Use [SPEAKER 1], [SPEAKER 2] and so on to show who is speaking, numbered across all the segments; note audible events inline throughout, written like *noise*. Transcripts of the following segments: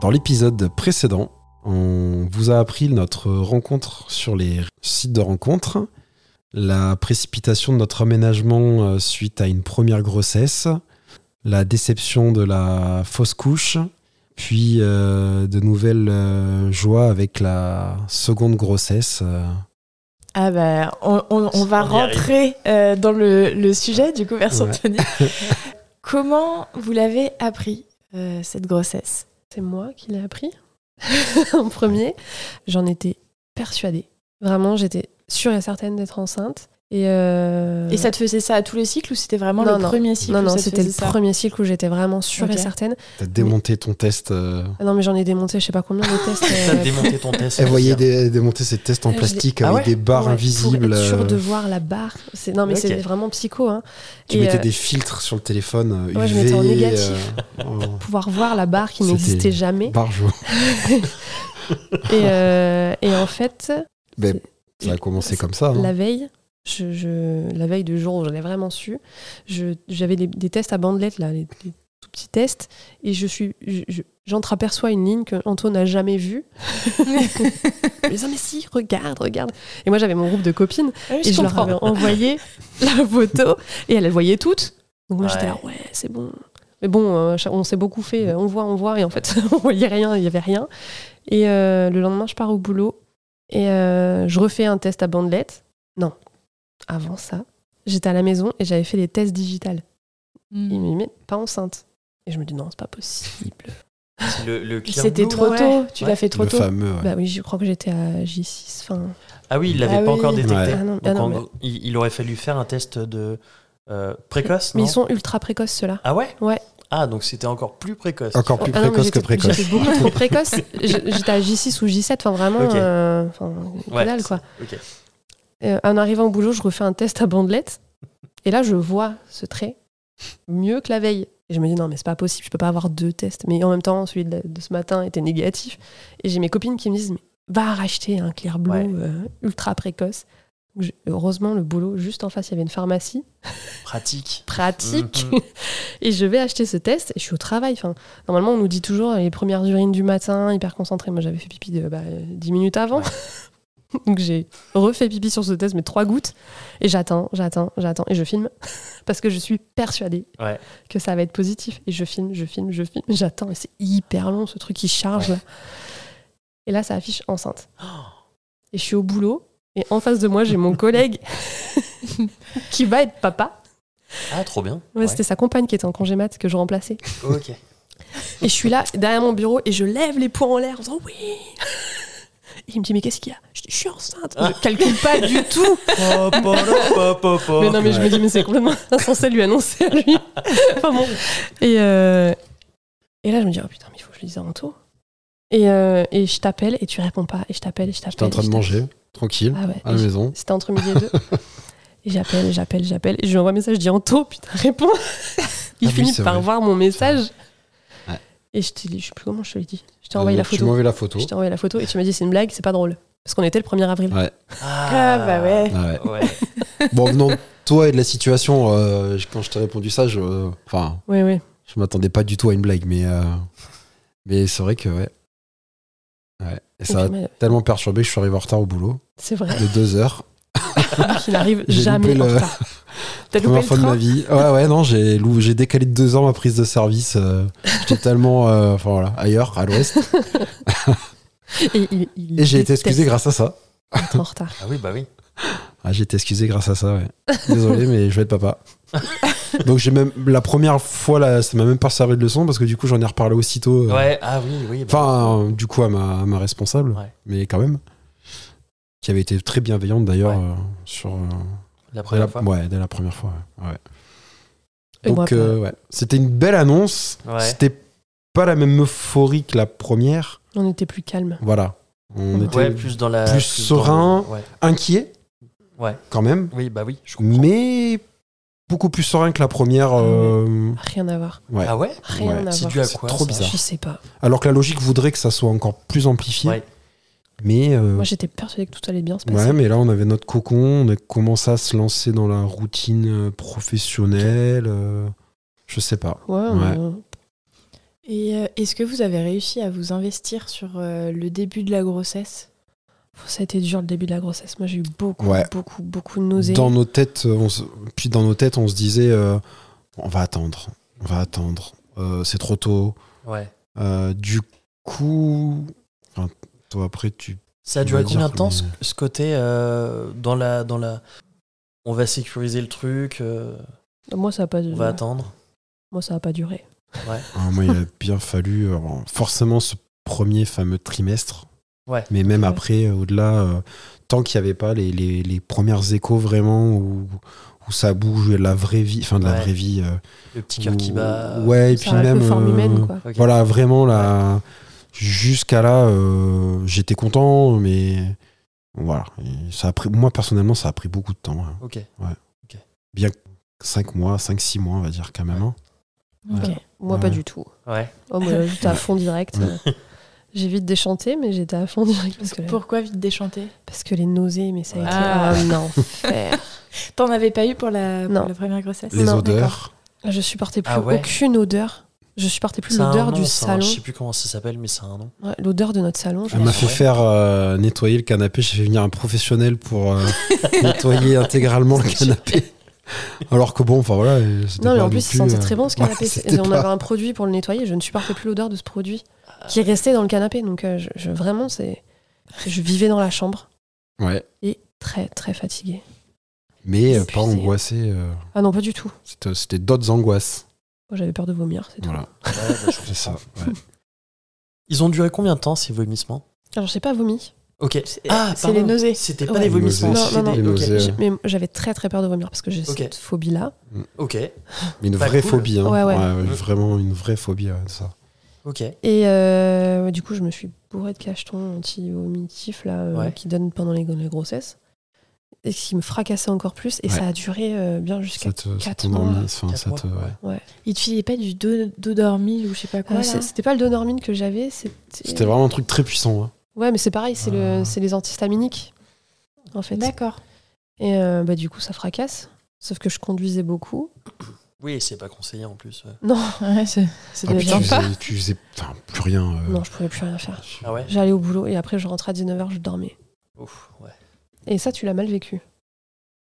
[SPEAKER 1] Dans l'épisode précédent, on vous a appris notre rencontre sur les sites de rencontres, la précipitation de notre aménagement euh, suite à une première grossesse, la déception de la fausse couche, puis euh, de nouvelles euh, joies avec la seconde grossesse. euh.
[SPEAKER 2] Ah bah, on, on- on va
[SPEAKER 3] On y
[SPEAKER 2] rentrer euh, dans le, le sujet du coup, vers
[SPEAKER 1] Ouais.
[SPEAKER 4] *laughs*
[SPEAKER 2] Anthony. Comment vous l'avez appris, euh, cette grossesse
[SPEAKER 4] C'est moi qui l'ai appris *laughs* en premier. J'en étais persuadée. Vraiment, j'étais sûre et certaine d'être enceinte. Et, euh,
[SPEAKER 2] Et ça te faisait ça à tous les cycles ou c'était vraiment
[SPEAKER 4] Non,
[SPEAKER 2] le
[SPEAKER 4] non.
[SPEAKER 2] premier cycle
[SPEAKER 4] non,
[SPEAKER 2] où
[SPEAKER 4] non,
[SPEAKER 2] ça te
[SPEAKER 4] c'était le
[SPEAKER 2] faisait *laughs* ça
[SPEAKER 4] premier cycle où j'étais vraiment sûre
[SPEAKER 2] Ok.
[SPEAKER 4] et certaine.
[SPEAKER 1] T'as démonté ton test. euh,
[SPEAKER 4] Ah non, mais j'en ai démonté, je sais pas combien
[SPEAKER 2] *laughs*
[SPEAKER 4] de tests.
[SPEAKER 3] T'as
[SPEAKER 4] *laughs* euh,
[SPEAKER 3] démonté ton test.
[SPEAKER 1] Elle voyait dé- démonter ses tests en
[SPEAKER 4] Euh, je l'ai-
[SPEAKER 1] plastique
[SPEAKER 3] Ah
[SPEAKER 1] avec
[SPEAKER 3] ouais
[SPEAKER 1] des barres
[SPEAKER 4] pour-
[SPEAKER 1] invisibles.
[SPEAKER 4] Pour être sûre
[SPEAKER 1] euh,
[SPEAKER 4] de voir la barre. C'est, non, mais
[SPEAKER 3] Ok.
[SPEAKER 4] c'est vraiment psycho. Hein.
[SPEAKER 1] Tu
[SPEAKER 4] Et,
[SPEAKER 1] mettais
[SPEAKER 4] euh,
[SPEAKER 1] des filtres sur le téléphone. euh,
[SPEAKER 4] ouais, je mettais en
[SPEAKER 1] UV,
[SPEAKER 4] négatif.
[SPEAKER 1] euh, *laughs* en
[SPEAKER 4] Pouvoir voir la barre qui
[SPEAKER 1] C'était- *laughs*
[SPEAKER 4] n'existait jamais.
[SPEAKER 1] barre jaune.
[SPEAKER 4] Et, euh, et en fait,
[SPEAKER 1] Ben, ça a commencé comme ça. hein.
[SPEAKER 4] La veille, je, je- la veille du jour où je l'ai vraiment su, je- j'avais des, des tests à bandelettes, là, les, les tout petits tests, et je suis, je- je- j'entreaperçois une ligne que Antoine n'a jamais vue.
[SPEAKER 2] Ah
[SPEAKER 4] Je me dis, Ah, mais si, regarde, regarde. Et moi, j'avais mon groupe de copines,
[SPEAKER 2] Oui,
[SPEAKER 4] et je leur
[SPEAKER 2] comprends.
[SPEAKER 4] avais envoyé *laughs* la photo, et elles, elles voyaient toutes. Donc moi,
[SPEAKER 3] Ouais.
[SPEAKER 4] j'étais là, ouais, c'est bon. Mais bon, euh, cha- on s'est beaucoup fait, euh, on voit, on voit, et en fait, *laughs* on voyait rien, il n'y avait rien. Et euh, le lendemain, je pars au boulot, et euh, je refais un test à bandelette. Non, avant ça, j'étais à la maison et j'avais fait les tests digitales.
[SPEAKER 2] Mm.
[SPEAKER 4] Ils me mettent pas enceinte. Et je me dis, non, c'est pas possible.
[SPEAKER 3] Le, le clear
[SPEAKER 2] C'était
[SPEAKER 3] blue,
[SPEAKER 2] trop
[SPEAKER 3] là, ouais.
[SPEAKER 2] tôt, tu
[SPEAKER 3] Ouais.
[SPEAKER 2] l'as fait trop
[SPEAKER 1] le
[SPEAKER 2] tôt.
[SPEAKER 1] fameux. ouais.
[SPEAKER 4] Bah oui, je crois que j'étais à J6. Enfin,
[SPEAKER 3] Ah oui, il l'avait
[SPEAKER 2] Ah
[SPEAKER 3] pas
[SPEAKER 2] oui.
[SPEAKER 3] encore détecté.
[SPEAKER 1] Ouais.
[SPEAKER 4] ah non, ah
[SPEAKER 3] Donc,
[SPEAKER 4] non,
[SPEAKER 3] en
[SPEAKER 4] mais-
[SPEAKER 3] gros, il, il aurait fallu faire un test de euh, précoce,
[SPEAKER 4] mais
[SPEAKER 3] non
[SPEAKER 4] ils sont ultra précoces, ceux-là.
[SPEAKER 3] Ah ouais
[SPEAKER 4] Ouais.
[SPEAKER 3] Ah, donc c'était encore plus précoce.
[SPEAKER 1] Encore plus
[SPEAKER 4] Ah non, mais
[SPEAKER 1] précoce que
[SPEAKER 4] j'étais-
[SPEAKER 1] précoce.
[SPEAKER 4] J'étais beaucoup trop précoce.
[SPEAKER 1] *laughs*
[SPEAKER 4] Je- J'étais à J6 ou J7, enfin vraiment,
[SPEAKER 3] Ok.
[SPEAKER 4] euh, enfin, que
[SPEAKER 3] Ouais.
[SPEAKER 4] dalle, quoi.
[SPEAKER 3] Ok.
[SPEAKER 4] Euh, en arrivant au boulot, je refais un test à bandelette. Et là, je vois ce trait mieux que la veille. Et je me dis, non, mais c'est pas possible, je peux pas avoir deux tests. Mais en même temps, celui de, la- de ce matin était négatif. Et j'ai mes copines qui me disent, mais va racheter un Clear Blue
[SPEAKER 3] Ouais.
[SPEAKER 4] euh, ultra précoce. Donc, je- heureusement, le boulot, juste en face, il y avait une pharmacie
[SPEAKER 3] Pratique.
[SPEAKER 4] pratique.
[SPEAKER 3] Mhm.
[SPEAKER 4] et je vais acheter ce test et je suis au travail. Enfin, normalement, on nous dit toujours les premières urines du matin, hyper concentré. Moi, j'avais fait pipi de, bah, euh, 10 minutes avant. *laughs* Donc, j'ai refait pipi sur ce test, mais trois gouttes. Et j'attends, j'attends, j'attends. Et je filme *laughs* parce que je suis persuadée
[SPEAKER 3] Ouais.
[SPEAKER 4] que ça va être positif. Et je filme, je filme, je filme. J'attends. Et c'est hyper long, ce truc qui charge. là. Et là, ça affiche enceinte. Et je suis au boulot. Et en face de moi, j'ai mon collègue qui va être papa.
[SPEAKER 3] Ah, trop bien.
[SPEAKER 4] Ouais,
[SPEAKER 3] Ouais.
[SPEAKER 4] C'était sa compagne qui était en congé mat que je remplaçais.
[SPEAKER 3] Ok. *laughs*
[SPEAKER 4] Et je suis là, derrière mon bureau, et je lève les poings en l'air en disant oui. Et il me dit mais qu'est-ce qu'il y a Je dis je suis enceinte. Je calcule pas du tout.
[SPEAKER 3] Pa, pa, pa, pa,
[SPEAKER 1] Oh,
[SPEAKER 3] pa.
[SPEAKER 4] Mais non mais je me dis mais c'est complètement *laughs* insensé de lui annoncer à lui. *laughs* enfin bon. Et euh, et là je me dis oh putain mais il faut que je lui dise à Anto. Et euh, et je t'appelle et tu réponds pas et je t'appelle et je
[SPEAKER 1] J'étais
[SPEAKER 4] t'appelle.
[SPEAKER 1] en train
[SPEAKER 4] et
[SPEAKER 1] de
[SPEAKER 4] je
[SPEAKER 1] manger, tranquille,
[SPEAKER 4] t'appelle. Ah ouais.
[SPEAKER 1] à la
[SPEAKER 4] Et je-
[SPEAKER 1] maison.
[SPEAKER 4] C'était entre midi et deux. Et j'appelle, j'appelle, j'appelle. Et je lui envoie un message, je dis Anto, putain, *laughs* réponds. Il
[SPEAKER 1] Ah oui,
[SPEAKER 4] finit
[SPEAKER 1] c'est
[SPEAKER 4] par
[SPEAKER 1] vrai.
[SPEAKER 4] voir mon message.
[SPEAKER 1] Ouais.
[SPEAKER 4] Et je t'ai dit, je sais plus comment je te l'ai dit. Je t'ai
[SPEAKER 1] Euh,
[SPEAKER 4] envoyé la
[SPEAKER 1] Tu m'as
[SPEAKER 4] photo.
[SPEAKER 1] envoyé la photo.
[SPEAKER 4] Je t'ai envoyé la photo et tu m'as dit, c'est une blague, c'est pas drôle. Parce qu'on était le 1er avril.
[SPEAKER 1] Ouais.
[SPEAKER 2] Ah bah ouais.
[SPEAKER 1] ouais.
[SPEAKER 3] Ouais.
[SPEAKER 1] Bon, venant de toi et de la situation, euh, je- quand je t'ai répondu ça, je, euh, enfin,
[SPEAKER 4] Oui, oui.
[SPEAKER 1] je m'attendais pas du tout à une blague, mais, euh, mais c'est vrai que ouais. Ouais. Et ça
[SPEAKER 4] Et
[SPEAKER 1] a
[SPEAKER 4] puis, mais
[SPEAKER 1] tellement perturbé que je suis arrivé en retard au boulot *laughs*
[SPEAKER 4] C'est vrai,
[SPEAKER 1] de deux
[SPEAKER 4] *laughs*
[SPEAKER 1] heures.
[SPEAKER 4] il n'arrive
[SPEAKER 1] J'ai
[SPEAKER 4] jamais
[SPEAKER 1] loupé
[SPEAKER 4] en
[SPEAKER 1] le- *laughs*
[SPEAKER 4] retard. T'as
[SPEAKER 1] Première
[SPEAKER 4] loupé le
[SPEAKER 1] fois de ma
[SPEAKER 4] train
[SPEAKER 1] vie. Ouais, ouais, non, j'ai lou- j'ai décalé de deux ans ma prise de service. euh, J'étais tellement, euh, enfin voilà, ailleurs, à l'ouest.
[SPEAKER 4] et, il- il
[SPEAKER 1] Et j'ai été
[SPEAKER 4] déteste
[SPEAKER 1] excusé grâce à ça.
[SPEAKER 4] d'être en retard.
[SPEAKER 3] Ah oui, bah oui.
[SPEAKER 1] Ah, j'ai été excusé grâce à ça, ouais. Désolé, mais je vais être
[SPEAKER 4] *laughs*
[SPEAKER 1] papa. Donc j'ai même la première fois là, ça m'a même pas servi de leçon parce que du coup j'en ai reparlé aussitôt. euh,
[SPEAKER 3] Ouais, ah oui, oui. bah-
[SPEAKER 1] Enfin, euh, du coup à ma, à ma responsable,
[SPEAKER 3] Ouais.
[SPEAKER 1] mais quand même, qui avait été très bienveillante d'ailleurs
[SPEAKER 3] Ouais.
[SPEAKER 1] euh, sur euh,
[SPEAKER 3] la
[SPEAKER 1] dès la,
[SPEAKER 3] première fois.
[SPEAKER 1] ouais, dès la première fois. ouais. Ouais.
[SPEAKER 4] Et moi,
[SPEAKER 1] Donc, euh, ouais. C'était une belle annonce.
[SPEAKER 3] Ouais.
[SPEAKER 1] C'était pas la même euphorie que la première.
[SPEAKER 4] on était plus calme.
[SPEAKER 1] Voilà. On était
[SPEAKER 3] Ouais, plus dans la.
[SPEAKER 1] plus
[SPEAKER 3] dans le-
[SPEAKER 1] serein.
[SPEAKER 3] ouais.
[SPEAKER 1] inquiet.
[SPEAKER 3] Ouais.
[SPEAKER 1] Quand même.
[SPEAKER 3] Oui, bah oui, je comprends.
[SPEAKER 1] Mais beaucoup plus serein que la première. euh,
[SPEAKER 4] Rien à voir.
[SPEAKER 1] ouais.
[SPEAKER 3] Ah ouais
[SPEAKER 4] Rien
[SPEAKER 1] Ouais,
[SPEAKER 4] à
[SPEAKER 3] C'est
[SPEAKER 4] voir.
[SPEAKER 3] dû à
[SPEAKER 1] C'est
[SPEAKER 3] quoi
[SPEAKER 1] trop
[SPEAKER 3] ça
[SPEAKER 1] bizarre.
[SPEAKER 4] Je sais pas.
[SPEAKER 1] Alors que la logique voudrait que ça soit encore plus amplifié.
[SPEAKER 3] Ouais.
[SPEAKER 1] Mais, euh,
[SPEAKER 4] Moi, j'étais persuadée que tout allait bien se passer.
[SPEAKER 1] ouais, mais là, on avait notre cocon. On a commencé à se lancer dans la routine euh, professionnelle. euh, je sais pas.
[SPEAKER 4] Ouais, euh,
[SPEAKER 2] Et euh, est-ce que vous avez réussi à vous investir sur euh, le début de la grossesse
[SPEAKER 4] ça a été dur le début de la grossesse. Moi, j'ai eu beaucoup,
[SPEAKER 1] Ouais.
[SPEAKER 4] beaucoup, beaucoup de nausées.
[SPEAKER 1] Dans nos têtes, euh, on se- puis dans nos têtes, on se disait, euh, on va attendre, on va attendre, euh, c'est trop tôt.
[SPEAKER 3] Ouais.
[SPEAKER 1] Euh, du coup, enfin, toi après, tu
[SPEAKER 3] Ça a
[SPEAKER 1] Je
[SPEAKER 3] duré
[SPEAKER 1] veux
[SPEAKER 3] combien
[SPEAKER 1] dire,
[SPEAKER 3] de temps
[SPEAKER 1] mais-
[SPEAKER 3] ce, ce côté euh, dans la dans la on va sécuriser le truc, euh,
[SPEAKER 4] Moi, ça a pas
[SPEAKER 3] on
[SPEAKER 4] duré.
[SPEAKER 3] va attendre.
[SPEAKER 4] Moi, ça a pas duré.
[SPEAKER 1] Ah, moi, il a bien fallu euh, forcément ce premier fameux trimestre.
[SPEAKER 3] Ouais.
[SPEAKER 1] Mais même
[SPEAKER 4] Ouais.
[SPEAKER 1] après, euh, au-delà, euh, tant qu'il n'y avait pas les, les- les premières échos vraiment où, où ça bouge de la vraie vie, enfin de la
[SPEAKER 3] Ouais.
[SPEAKER 1] vraie vie. euh,
[SPEAKER 3] Le petit cœur
[SPEAKER 1] où-
[SPEAKER 3] qui bat.
[SPEAKER 1] Ouais, et
[SPEAKER 4] ça
[SPEAKER 1] puis
[SPEAKER 4] reste
[SPEAKER 1] même.
[SPEAKER 4] le forme
[SPEAKER 1] euh,
[SPEAKER 4] humaine, quoi.
[SPEAKER 3] Ok.
[SPEAKER 1] Voilà, vraiment là. Jusqu'à là, euh, j'étais content, mais voilà. Et Ça a pris, moi, personnellement, ça a pris beaucoup de temps. hein.
[SPEAKER 3] Ok.
[SPEAKER 1] Bien 5 mois, 5-6 mois, on va dire quand même. hein.
[SPEAKER 2] Ok.
[SPEAKER 4] Moi, pas
[SPEAKER 1] Ouais.
[SPEAKER 4] du tout.
[SPEAKER 3] Ouais.
[SPEAKER 4] Oh, moi, j'étais à fond direct.
[SPEAKER 1] Ouais.
[SPEAKER 4] *laughs* Euh, J'ai vite déchanté, mais j'étais à fond direct parce que,
[SPEAKER 2] Pourquoi vite déchanté
[SPEAKER 4] parce que les nausées, mais ça a
[SPEAKER 2] Ah.
[SPEAKER 4] été un enfer.
[SPEAKER 2] *laughs* T'en avais pas eu pour la, pour
[SPEAKER 4] Non.
[SPEAKER 2] la première grossesse
[SPEAKER 1] Les
[SPEAKER 4] Non,
[SPEAKER 1] odeurs.
[SPEAKER 4] Je supportais plus
[SPEAKER 3] Ah ouais.
[SPEAKER 4] aucune odeur. Je supportais plus
[SPEAKER 3] Ça a un
[SPEAKER 4] l'odeur
[SPEAKER 3] nom,
[SPEAKER 4] du
[SPEAKER 3] ça, hein.
[SPEAKER 4] salon.
[SPEAKER 3] Je sais plus comment ça s'appelle, mais c'est un nom.
[SPEAKER 4] Ouais, L'odeur de notre salon. je
[SPEAKER 1] Elle
[SPEAKER 4] me
[SPEAKER 1] m'a
[SPEAKER 4] suis-
[SPEAKER 1] fait
[SPEAKER 3] Ouais.
[SPEAKER 1] faire euh, nettoyer le canapé. J'ai fait venir un professionnel pour euh, *laughs* nettoyer intégralement le canapé. Alors que bon, enfin voilà. euh, c'était
[SPEAKER 4] Non, mais
[SPEAKER 1] pas
[SPEAKER 4] en
[SPEAKER 1] non
[SPEAKER 4] plus, il
[SPEAKER 1] plus,
[SPEAKER 4] sentait
[SPEAKER 1] euh,
[SPEAKER 4] très bon ce
[SPEAKER 1] ouais,
[SPEAKER 4] canapé.
[SPEAKER 1] c'était
[SPEAKER 4] Et on
[SPEAKER 1] pas-
[SPEAKER 4] avait un produit pour le nettoyer. Je ne supportais plus l'odeur de ce produit
[SPEAKER 3] Ah.
[SPEAKER 4] qui restait dans le canapé. Donc, euh, je, je- vraiment, c'est. Je vivais dans la chambre
[SPEAKER 1] Ouais,
[SPEAKER 4] et très, très fatiguée.
[SPEAKER 1] mais euh, pas
[SPEAKER 4] Épuisé.
[SPEAKER 1] angoissé. euh,
[SPEAKER 4] Ah non, pas du tout.
[SPEAKER 1] c'était- C'était d'autres angoisses.
[SPEAKER 4] Moi, j'avais peur de vomir, c'est tout.
[SPEAKER 1] Voilà,
[SPEAKER 3] Ouais, bah, je comprends.
[SPEAKER 1] c'est ça. ouais.
[SPEAKER 3] Ils ont duré combien de temps ces vomissements
[SPEAKER 4] Alors, j'ai pas vomi.
[SPEAKER 3] Ok.
[SPEAKER 2] C'est-
[SPEAKER 3] Ah,
[SPEAKER 2] c'est
[SPEAKER 3] pardon.
[SPEAKER 2] les nausées.
[SPEAKER 3] C'était pas
[SPEAKER 4] Ouais.
[SPEAKER 3] des vomissements.
[SPEAKER 1] Les
[SPEAKER 4] nausées.
[SPEAKER 3] c'était
[SPEAKER 4] Non, non,
[SPEAKER 3] des-
[SPEAKER 1] non.
[SPEAKER 3] ok.
[SPEAKER 1] Les nausées.
[SPEAKER 4] J'ai- Mais j'avais très, très peur de vomir parce que j'ai
[SPEAKER 3] Ok.
[SPEAKER 4] cette phobie-là.
[SPEAKER 3] Ok.
[SPEAKER 1] Mais une
[SPEAKER 3] Pas
[SPEAKER 1] vraie
[SPEAKER 3] cool.
[SPEAKER 1] phobie. hein.
[SPEAKER 4] Ouais, ouais.
[SPEAKER 3] Mm.
[SPEAKER 1] vraiment une vraie phobie, ouais, de ça.
[SPEAKER 3] Ok.
[SPEAKER 4] Et euh, ouais, du coup, je me suis bourrée de cachetons anti-vomitifs là, euh,
[SPEAKER 3] Ouais.
[SPEAKER 4] qui donnent pendant les, les grossesses. Et qui me fracassait encore plus. Et
[SPEAKER 1] Ouais.
[SPEAKER 4] ça a duré euh, bien jusqu'à.
[SPEAKER 1] Ça te- ça
[SPEAKER 4] quatre
[SPEAKER 1] t'endormit,
[SPEAKER 4] mois,
[SPEAKER 1] enfin,
[SPEAKER 3] quatre
[SPEAKER 1] ça te-
[SPEAKER 3] mois,
[SPEAKER 1] ouais.
[SPEAKER 3] ouais.
[SPEAKER 2] Ils te filaient pas du do- dodormil ou je sais pas quoi
[SPEAKER 4] Euh,
[SPEAKER 2] là
[SPEAKER 4] c'est- C'était pas le Donormine que j'avais.
[SPEAKER 1] C'était vraiment un truc très puissant. hein.
[SPEAKER 4] Ouais, mais c'est pareil, c'est le-
[SPEAKER 1] Ah.
[SPEAKER 4] c'est les antihistaminiques, en fait.
[SPEAKER 2] D'accord.
[SPEAKER 4] Et euh, bah, du coup, ça fracasse. Sauf que je conduisais beaucoup.
[SPEAKER 3] Oui, c'est pas conseillé en plus. ouais.
[SPEAKER 4] Non,
[SPEAKER 2] *laughs* Ouais, c'est- ça
[SPEAKER 1] Ah,
[SPEAKER 2] devait
[SPEAKER 1] puis
[SPEAKER 2] être
[SPEAKER 1] tu,
[SPEAKER 2] sympa.
[SPEAKER 1] faisais, tu faisais- enfin, plus rien. euh,
[SPEAKER 4] non, je pouvais plus rien faire.
[SPEAKER 3] Ah ouais.
[SPEAKER 4] J'allais au boulot et après, je rentrais à 19h, je dormais.
[SPEAKER 3] Ouf. Ouais.
[SPEAKER 4] Et ça, tu l'as mal vécu.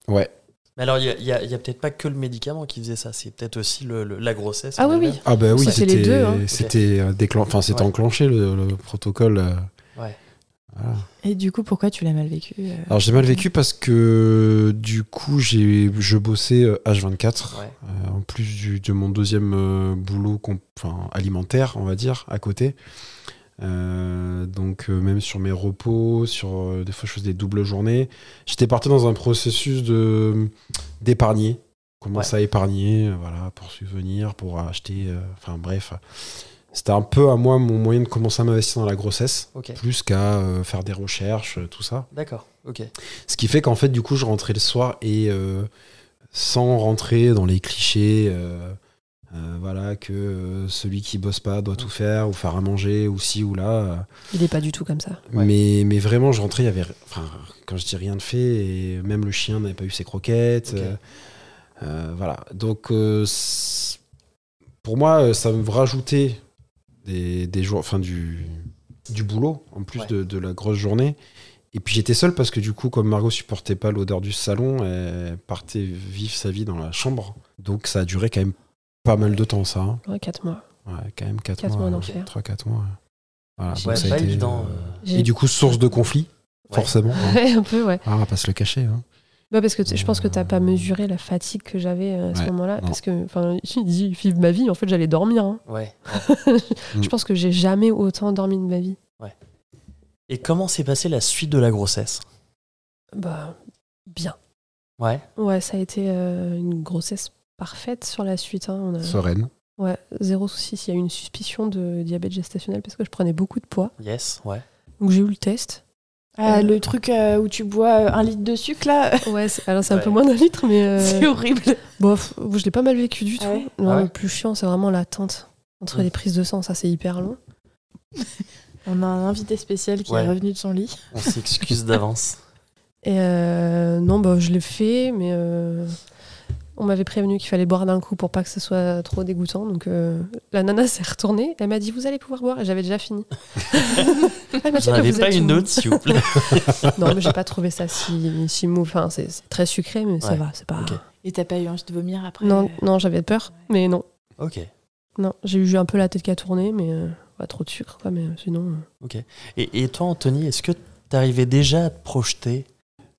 [SPEAKER 1] Ouais.
[SPEAKER 3] Mais alors, il y a, il y a- il y a peut-être pas que le médicament qui faisait ça. C'est peut-être aussi le, le- la grossesse.
[SPEAKER 4] Ah
[SPEAKER 3] en
[SPEAKER 4] oui, oui.
[SPEAKER 3] elle-même.
[SPEAKER 1] Ah bah oui,
[SPEAKER 4] C'était les
[SPEAKER 1] c'était
[SPEAKER 4] deux, hein.
[SPEAKER 1] c'était, euh, déclen- enfin, c'était
[SPEAKER 3] Ouais.
[SPEAKER 1] enclenché le, le protocole. euh.
[SPEAKER 3] Ouais.
[SPEAKER 1] Voilà.
[SPEAKER 2] Et du coup, pourquoi tu l'as mal vécu euh
[SPEAKER 1] Alors j'ai mal vécu parce que du coup j'ai je bossais euh, H24
[SPEAKER 3] Ouais.
[SPEAKER 1] euh, en plus du- de mon deuxième euh, boulot com- enfin, alimentaire on va dire à côté. Euh, donc euh, même sur mes repos, sur euh, des fois je faisais des doubles journées. J'étais parti dans un processus de d'épargner, commencer à épargner, euh, voilà pour subvenir, pour acheter, euh, enfin bref. C'était un peu à moi mon moyen de commencer à m'investir dans la grossesse,
[SPEAKER 3] Ok.
[SPEAKER 1] plus qu'à euh, faire des recherches, euh, tout ça.
[SPEAKER 3] D'accord. Ok.
[SPEAKER 1] Ce qui fait qu'en fait, du coup, je rentrais le soir et euh, sans rentrer dans les clichés, euh, euh, voilà, que euh, celui qui bosse pas doit tout faire ou faire à manger ou ci ou là. euh,
[SPEAKER 4] Il est pas du tout comme ça.
[SPEAKER 3] Ouais.
[SPEAKER 1] mais, mais vraiment, je rentrais, il y avait. Enfin, quand je dis rien de fait, et même le chien n'avait pas eu ses croquettes.
[SPEAKER 3] Ok.
[SPEAKER 1] euh, euh, voilà. Donc, euh, c'est- pour moi, euh, ça me rajoutait des, des jours. Enfin, du, du boulot, en plus
[SPEAKER 3] Ouais.
[SPEAKER 1] de, de la grosse journée. Et puis, j'étais seul parce que, du coup, comme Margot supportait pas l'odeur du salon, elle partait vivre sa vie dans la chambre. Donc, ça a duré quand même pas mal de temps, ça. hein.
[SPEAKER 4] Ouais, 4 mois. *laughs*
[SPEAKER 1] Ouais, quand même 4
[SPEAKER 4] Quatre
[SPEAKER 1] mois.
[SPEAKER 4] mois d'enfer.
[SPEAKER 1] 3-4 mois. ouais. Voilà,
[SPEAKER 4] J'ai
[SPEAKER 1] donc
[SPEAKER 3] Ouais,
[SPEAKER 1] ça a
[SPEAKER 3] pas
[SPEAKER 1] été,
[SPEAKER 3] évident.
[SPEAKER 1] euh,
[SPEAKER 3] euh,
[SPEAKER 4] J'ai-
[SPEAKER 1] et du coup, source de conflit,
[SPEAKER 3] Ouais.
[SPEAKER 1] forcément.
[SPEAKER 4] *laughs*
[SPEAKER 1] hein.
[SPEAKER 4] Ouais, un peu, ouais.
[SPEAKER 1] Ah, on va pas se le cacher. hein.
[SPEAKER 4] Bah, parce que t- je pense que t'as pas mesuré la fatigue que j'avais euh, à ce
[SPEAKER 1] Ouais,
[SPEAKER 4] moment-là.
[SPEAKER 1] non.
[SPEAKER 4] Parce que, enfin, *laughs* je dis, vive ma vie, en fait, j'allais dormir. hein.
[SPEAKER 3] Ouais.
[SPEAKER 1] Mm.
[SPEAKER 4] Je pense que j'ai jamais autant dormi de ma vie.
[SPEAKER 3] Et comment s'est passée la suite de la grossesse
[SPEAKER 4] Bah, bien.
[SPEAKER 3] Ouais.
[SPEAKER 4] Ouais, ça a été euh, une grossesse parfaite sur la suite. hein. On a-
[SPEAKER 1] Sereine.
[SPEAKER 4] Ouais, zéro souci s'il y a eu une suspicion de diabète gestationnel parce que je prenais beaucoup de poids.
[SPEAKER 3] Yes, ouais.
[SPEAKER 4] Donc j'ai eu le test.
[SPEAKER 2] Ah, le truc euh, où tu bois euh, un litre de sucre, là,
[SPEAKER 4] Ouais, c'est- alors c'est un
[SPEAKER 3] Ouais.
[SPEAKER 4] peu moins d'un litre, mais *laughs* euh,
[SPEAKER 2] *laughs* c'est horrible.
[SPEAKER 4] bof, je l'ai pas mal vécu du tout.
[SPEAKER 2] Ah ouais
[SPEAKER 4] Non,
[SPEAKER 3] Ah ouais
[SPEAKER 4] Le plus chiant, c'est vraiment l'attente entre
[SPEAKER 3] Mm.
[SPEAKER 4] les prises de sang. Ça, c'est hyper long.
[SPEAKER 2] On a un invité spécial qui
[SPEAKER 3] Ouais.
[SPEAKER 2] est revenu de son lit.
[SPEAKER 3] On
[SPEAKER 4] *laughs*
[SPEAKER 3] s'excuse d'avance.
[SPEAKER 4] Et euh, non, bah, je l'ai fait, mais euh, on m'avait prévenu qu'il fallait boire d'un coup pour pas que ce soit trop dégoûtant. Donc euh, la nana s'est retournée, elle m'a dit Vous allez pouvoir boire, et j'avais
[SPEAKER 3] *laughs*
[SPEAKER 4] déjà fini. elle m'a dit,
[SPEAKER 3] J'en
[SPEAKER 4] Bah,
[SPEAKER 3] avais
[SPEAKER 4] vous
[SPEAKER 3] pas
[SPEAKER 4] êtes
[SPEAKER 3] une autre, s'il vous
[SPEAKER 4] *laughs*
[SPEAKER 3] plaît.
[SPEAKER 4] Non, mais j'ai pas trouvé ça si, si mou. Enfin, c'est c'est très sucré, mais ça
[SPEAKER 3] Ouais.
[SPEAKER 4] va, c'est pas.
[SPEAKER 3] Ok.
[SPEAKER 2] Et t'as pas eu envie de vomir après
[SPEAKER 4] Non,
[SPEAKER 2] euh,
[SPEAKER 4] non j'avais peur, mais non.
[SPEAKER 3] Ok.
[SPEAKER 4] Non, j'ai eu j'ai un peu la tête qui a tourné, mais euh, pas trop de sucre, quoi, mais euh, sinon. euh.
[SPEAKER 3] Et, et toi, Anthony, est-ce que t'arrivais déjà à te projeter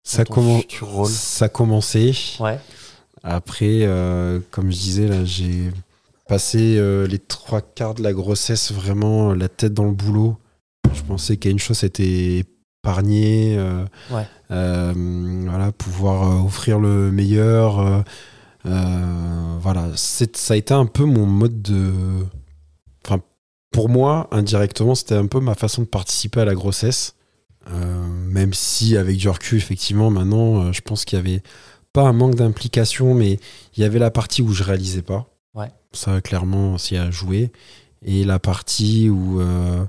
[SPEAKER 1] Ça,
[SPEAKER 3] dans ton
[SPEAKER 1] commen-
[SPEAKER 3] futur rôle
[SPEAKER 1] ça commençait.
[SPEAKER 3] Ouais.
[SPEAKER 1] Après, euh, comme je disais, là, j'ai passé euh, les trois quarts de la grossesse vraiment euh, la tête dans le boulot. Je pensais qu'à une chose, c'était épargner, euh,
[SPEAKER 3] Ouais.
[SPEAKER 1] euh, voilà, pouvoir euh, offrir le meilleur. euh, euh, voilà, C'est- ça a été un peu mon mode de. Enfin, pour moi, indirectement, c'était un peu ma façon de participer à la grossesse. Euh, même si, avec du recul, effectivement, maintenant, euh, je pense qu'il y avait pas un manque d'implication, mais il y avait la partie où je réalisais pas.
[SPEAKER 3] Ouais.
[SPEAKER 1] Ça, clairement, s'y a joué. Et la partie où, euh,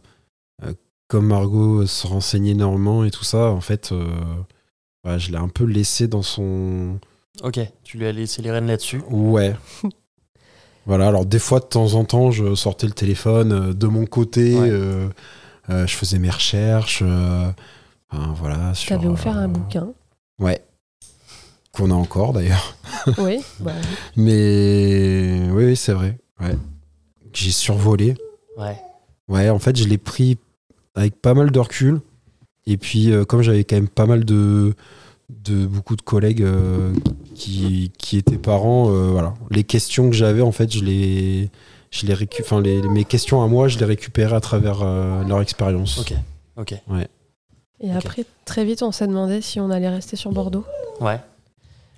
[SPEAKER 1] euh, comme Margot se renseignait énormément et tout ça, en fait, euh, bah, je l'ai un peu laissé dans son.
[SPEAKER 3] Ok. Tu lui as laissé les rênes là-dessus.
[SPEAKER 1] Ouais.
[SPEAKER 4] *laughs*
[SPEAKER 1] voilà, alors des fois, de temps en temps, je sortais le téléphone euh, de mon côté,
[SPEAKER 3] Ouais.
[SPEAKER 1] euh, euh, je faisais mes recherches. euh, enfin, voilà,
[SPEAKER 4] Je
[SPEAKER 1] sur,
[SPEAKER 4] t'avais offert
[SPEAKER 1] euh,
[SPEAKER 4] un bouquin.
[SPEAKER 1] Ouais. Qu'on a encore d'ailleurs.
[SPEAKER 4] oui, bah,
[SPEAKER 1] Mais oui, oui, c'est vrai. Ouais. J'ai survolé.
[SPEAKER 3] Ouais.
[SPEAKER 1] Ouais, en fait, je l'ai pris avec pas mal de recul. Et puis, euh, comme j'avais quand même pas mal de, de beaucoup de collègues euh, qui, qui étaient parents, euh, voilà. Les questions que j'avais, en fait, je les, je les récu- enfin, les, mes questions à moi, je les récupérais à travers euh, leur expérience.
[SPEAKER 3] Ok. Ok.
[SPEAKER 4] Et
[SPEAKER 3] Ok.
[SPEAKER 4] après, très vite, on s'est demandé si on allait rester sur Bordeaux.
[SPEAKER 3] Ouais.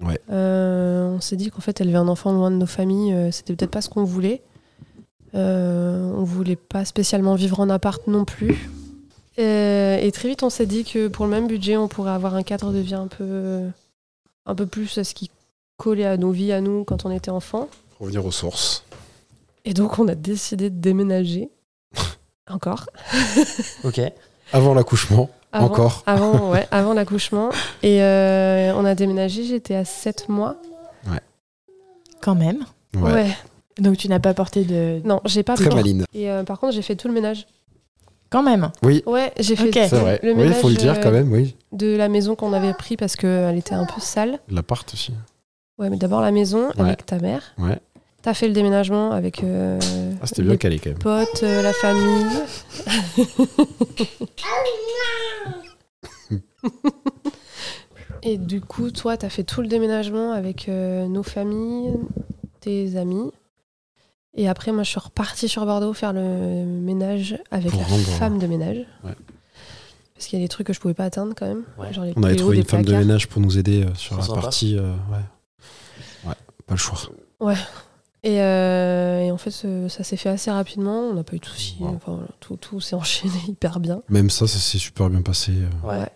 [SPEAKER 1] Ouais.
[SPEAKER 4] Euh, on s'est dit qu'en fait, élever un enfant loin de nos familles, euh, c'était peut-être pas ce qu'on voulait. Euh, on voulait pas spécialement vivre en appart non plus. Euh, et très vite, on s'est dit que pour le même budget, on pourrait avoir un cadre de vie un peu, un peu plus à ce qui collait à nos vies, à nous, quand on était enfant.
[SPEAKER 1] Revenir aux sources.
[SPEAKER 4] Et donc, on a décidé de déménager. *laughs* Encore.
[SPEAKER 3] Ok.
[SPEAKER 1] Avant l'accouchement,
[SPEAKER 4] Avant-
[SPEAKER 1] encore.
[SPEAKER 4] Avant, ouais, avant l'accouchement. Et euh, on a déménagé, j'étais à 7 mois.
[SPEAKER 2] Quand même.
[SPEAKER 1] Ouais.
[SPEAKER 2] Donc tu n'as pas porté de...
[SPEAKER 4] Non, j'ai pas
[SPEAKER 1] Très
[SPEAKER 4] peur.
[SPEAKER 1] maline.
[SPEAKER 4] Et euh, par contre, j'ai fait tout le ménage.
[SPEAKER 2] Quand même.
[SPEAKER 4] Ouais, j'ai fait
[SPEAKER 2] Ok.
[SPEAKER 4] tout
[SPEAKER 2] C'est
[SPEAKER 1] C'est vrai.
[SPEAKER 4] le
[SPEAKER 1] oui,
[SPEAKER 4] ménage
[SPEAKER 1] faut le dire
[SPEAKER 4] euh,
[SPEAKER 1] quand même, oui.
[SPEAKER 4] de la maison qu'on avait pris parce qu'elle était un peu sale.
[SPEAKER 1] L'appart aussi.
[SPEAKER 4] Ouais, mais d'abord la maison
[SPEAKER 1] Ouais.
[SPEAKER 4] avec ta mère.
[SPEAKER 1] Ouais.
[SPEAKER 4] T'as fait le déménagement avec euh,
[SPEAKER 1] Ah, c'était bien
[SPEAKER 4] les
[SPEAKER 1] calé quand même.
[SPEAKER 4] potes, euh, la famille. Et du coup, toi, t'as fait tout le déménagement avec euh, nos familles, tes amis. Et après, moi, je suis repartie sur Bordeaux faire le ménage avec
[SPEAKER 1] Pour
[SPEAKER 4] la
[SPEAKER 1] rendre- hein.
[SPEAKER 4] femme de ménage.
[SPEAKER 1] Ouais.
[SPEAKER 4] Parce qu'il y a des trucs que je pouvais pas atteindre quand même.
[SPEAKER 3] Ouais.
[SPEAKER 4] Genre les
[SPEAKER 1] On avait
[SPEAKER 4] tuyaux
[SPEAKER 1] trouvé
[SPEAKER 4] des
[SPEAKER 1] une femme de
[SPEAKER 4] placards.
[SPEAKER 1] ménage pour nous aider euh, sur
[SPEAKER 3] Ils
[SPEAKER 1] la
[SPEAKER 3] sont sympas.
[SPEAKER 1] partie. euh, ouais. ouais, pas le choix.
[SPEAKER 4] Et, euh, et en fait, ce- ça s'est fait assez rapidement. On n'a pas eu de soucis.
[SPEAKER 1] Wow.
[SPEAKER 4] Enfin, voilà, tout tout s'est *laughs* enchaîné hyper bien.
[SPEAKER 1] Même ça, ça s'est super bien passé. euh.
[SPEAKER 3] Ouais.
[SPEAKER 4] Ouais.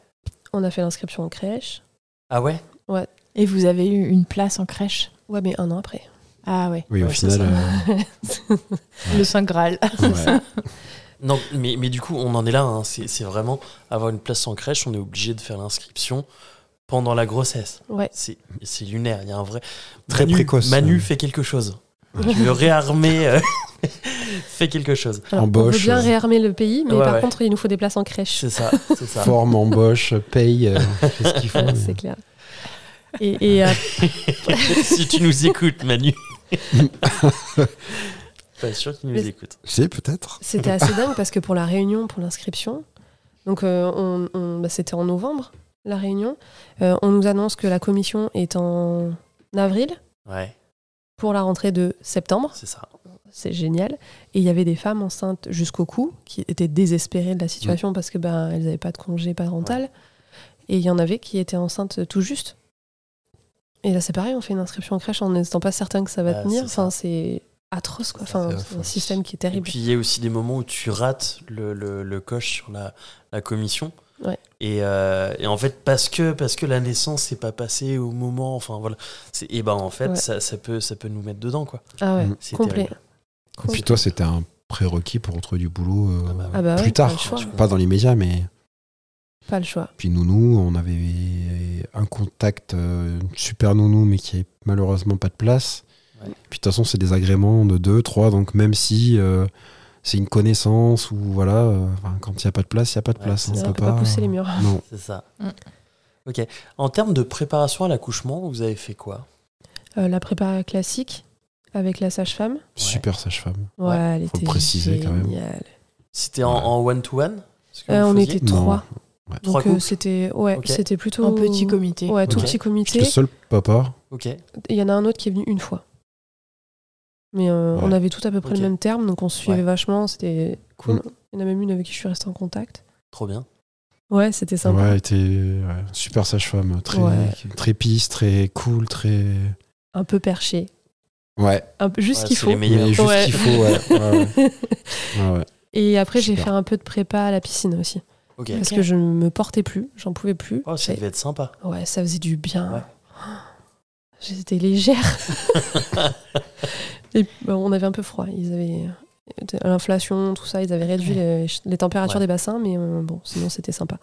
[SPEAKER 4] On a fait l'inscription en crèche.
[SPEAKER 3] Ah ouais.
[SPEAKER 2] Et vous avez eu une place en crèche
[SPEAKER 4] Ouais, mais un an après.
[SPEAKER 2] Ah ouais.
[SPEAKER 1] Oui, au
[SPEAKER 3] Ouais, c'est
[SPEAKER 1] final.
[SPEAKER 2] Le Saint Graal.
[SPEAKER 4] *laughs*
[SPEAKER 1] euh, ouais.
[SPEAKER 3] Non, mais, mais du coup, on en est là. hein. C'est c'est vraiment avoir une place en crèche, on est obligé de faire l'inscription pendant la grossesse.
[SPEAKER 4] Ouais.
[SPEAKER 3] C'est c'est lunaire. Il y a un vrai.
[SPEAKER 1] Très
[SPEAKER 3] Manu,
[SPEAKER 1] précoce.
[SPEAKER 3] Manu
[SPEAKER 1] Euh.
[SPEAKER 3] fait quelque chose. Tu veux réarmer. euh, *laughs* fait quelque chose.
[SPEAKER 4] Alors, on
[SPEAKER 1] Embauche,
[SPEAKER 4] veut bien
[SPEAKER 1] euh.
[SPEAKER 4] réarmer le pays, mais
[SPEAKER 3] Ouais,
[SPEAKER 4] par
[SPEAKER 3] ouais.
[SPEAKER 4] contre, il nous faut des places en crèche.
[SPEAKER 3] C'est ça. C'est ça.
[SPEAKER 1] Forme, embauche, paye, euh, fais ce qu'il faut.
[SPEAKER 4] Ouais,
[SPEAKER 1] mais-
[SPEAKER 4] *laughs* C'est clair. Et, et, euh,
[SPEAKER 3] si tu nous écoutes,
[SPEAKER 1] *laughs*
[SPEAKER 3] Manu. Pas sûr qu'il nous
[SPEAKER 4] Mais-
[SPEAKER 3] écoute.
[SPEAKER 1] Si, peut-être.
[SPEAKER 4] c'était assez dingue parce que pour la réunion, pour l'inscription, donc euh, on, on- bah, c'était en novembre, la réunion. Euh, on nous annonce que la commission est en avril
[SPEAKER 3] Ouais,
[SPEAKER 4] pour la rentrée de septembre.
[SPEAKER 3] c'est ça.
[SPEAKER 4] C'est génial. Et il y avait des femmes enceintes jusqu'au cou qui étaient désespérées de la situation parce que ben elles n'avaient pas de congé parental. Et il y en avait qui étaient enceintes tout juste. Et là, c'est pareil, on fait une inscription en crèche en n'étant pas certain que ça va
[SPEAKER 3] Ah,
[SPEAKER 4] tenir.
[SPEAKER 3] c'est ça.
[SPEAKER 4] Enfin, c'est atroce, quoi. Enfin,
[SPEAKER 1] C'est
[SPEAKER 4] c'est un
[SPEAKER 1] affreux.
[SPEAKER 4] système qui est
[SPEAKER 3] Et
[SPEAKER 4] terrible.
[SPEAKER 3] puis il y a aussi des moments où tu rates le, le- le coche sur la, la commission.
[SPEAKER 4] Ouais.
[SPEAKER 3] Et, euh, et en fait, parce que, parce que la naissance n'est pas passée au moment, enfin voilà. C'est- Et ben en fait,
[SPEAKER 4] Ouais.
[SPEAKER 3] ça, ça peut, ça peut nous mettre dedans, quoi.
[SPEAKER 4] ah ouais,
[SPEAKER 1] Mm.
[SPEAKER 3] C'est
[SPEAKER 4] complet.
[SPEAKER 3] terrible.
[SPEAKER 1] Et puis toi, c'était un prérequis pour retrouver du boulot euh,
[SPEAKER 3] Ah bah ouais.
[SPEAKER 4] Ah bah
[SPEAKER 1] plus
[SPEAKER 4] ouais,
[SPEAKER 1] tard.
[SPEAKER 4] Pas le choix.
[SPEAKER 1] Pas dans l'immédiat, mais.
[SPEAKER 4] Pas le choix.
[SPEAKER 1] Puis Nounou, on avait un contact, euh, une super Nounou, mais qui avait malheureusement pas de place.
[SPEAKER 3] Ouais.
[SPEAKER 1] Puis de toute façon, c'est des agréments de 2, 3, donc même si euh, c'est une connaissance ou voilà, euh, enfin, quand il n'y a pas de place, il n'y a pas de
[SPEAKER 3] Ouais,
[SPEAKER 1] place. hein,
[SPEAKER 3] c'est
[SPEAKER 1] on
[SPEAKER 3] ça.
[SPEAKER 4] On
[SPEAKER 1] peut
[SPEAKER 4] peut pas pousser les murs.
[SPEAKER 1] Non.
[SPEAKER 3] C'est ça.
[SPEAKER 2] Mm.
[SPEAKER 3] Ok. En termes de préparation à l'accouchement, vous avez fait quoi
[SPEAKER 4] Euh, la prépa classique avec la sage-femme.
[SPEAKER 1] Super sage-femme.
[SPEAKER 4] Ouais,
[SPEAKER 3] Ouais,
[SPEAKER 4] elle
[SPEAKER 1] faut
[SPEAKER 4] était
[SPEAKER 1] le préciser, quand même.
[SPEAKER 4] géniale.
[SPEAKER 3] C'était en-
[SPEAKER 1] Ouais.
[SPEAKER 3] en one-to-one ce que
[SPEAKER 4] Euh,
[SPEAKER 3] vous
[SPEAKER 4] on
[SPEAKER 3] faisiez
[SPEAKER 4] était trois.
[SPEAKER 3] Trois
[SPEAKER 4] Donc euh,
[SPEAKER 3] couples
[SPEAKER 4] c'était ouais,
[SPEAKER 3] Ok.
[SPEAKER 4] c'était plutôt
[SPEAKER 2] Un petit comité.
[SPEAKER 4] Oh. Ouais, tout
[SPEAKER 3] Ok.
[SPEAKER 4] petit
[SPEAKER 1] J'étais
[SPEAKER 4] comité.
[SPEAKER 1] le seul papa.
[SPEAKER 3] Ok.
[SPEAKER 4] Il y en a un autre qui est venu une fois. Mais euh,
[SPEAKER 1] Ouais.
[SPEAKER 4] on avait tout à peu près
[SPEAKER 3] Ok.
[SPEAKER 4] le même terme, donc on se suivait
[SPEAKER 3] Ouais.
[SPEAKER 4] vachement, c'était cool.
[SPEAKER 1] Mm.
[SPEAKER 4] Il y en a même une avec qui je suis restée en contact.
[SPEAKER 3] Trop bien.
[SPEAKER 4] Ouais, c'était sympa.
[SPEAKER 1] Ouais, elle était ouais, super sage-femme, très,
[SPEAKER 4] Ouais.
[SPEAKER 1] très pisse, très cool, très.
[SPEAKER 4] Un peu perché.
[SPEAKER 1] Ouais,
[SPEAKER 4] Un peu, juste
[SPEAKER 3] Ouais,
[SPEAKER 4] ce qu'il
[SPEAKER 3] c'est
[SPEAKER 4] faut.
[SPEAKER 3] les meilleurs.
[SPEAKER 1] mais juste
[SPEAKER 4] Ouais.
[SPEAKER 1] ce qu'il
[SPEAKER 3] *laughs*
[SPEAKER 1] faut, ouais. ouais, ouais, ouais.
[SPEAKER 4] *laughs* Et après, j'ai
[SPEAKER 1] Super.
[SPEAKER 4] fait un peu de prépa à la piscine aussi.
[SPEAKER 3] Ok.
[SPEAKER 4] Parce
[SPEAKER 2] Ok.
[SPEAKER 4] que je ne me portais plus, j'en pouvais plus.
[SPEAKER 3] Oh, ça
[SPEAKER 4] J'avais-
[SPEAKER 3] devait être sympa.
[SPEAKER 4] Ouais, ça faisait du bien.
[SPEAKER 3] Ouais.
[SPEAKER 4] *gasps*
[SPEAKER 3] *laughs*
[SPEAKER 4] J'étais légère. Et bah, on avait un peu froid. Ils avaient à l'inflation, tout ça, ils avaient réduit les, les températures
[SPEAKER 3] Ouais.
[SPEAKER 4] des bassins, mais euh, bon, sinon c'était sympa.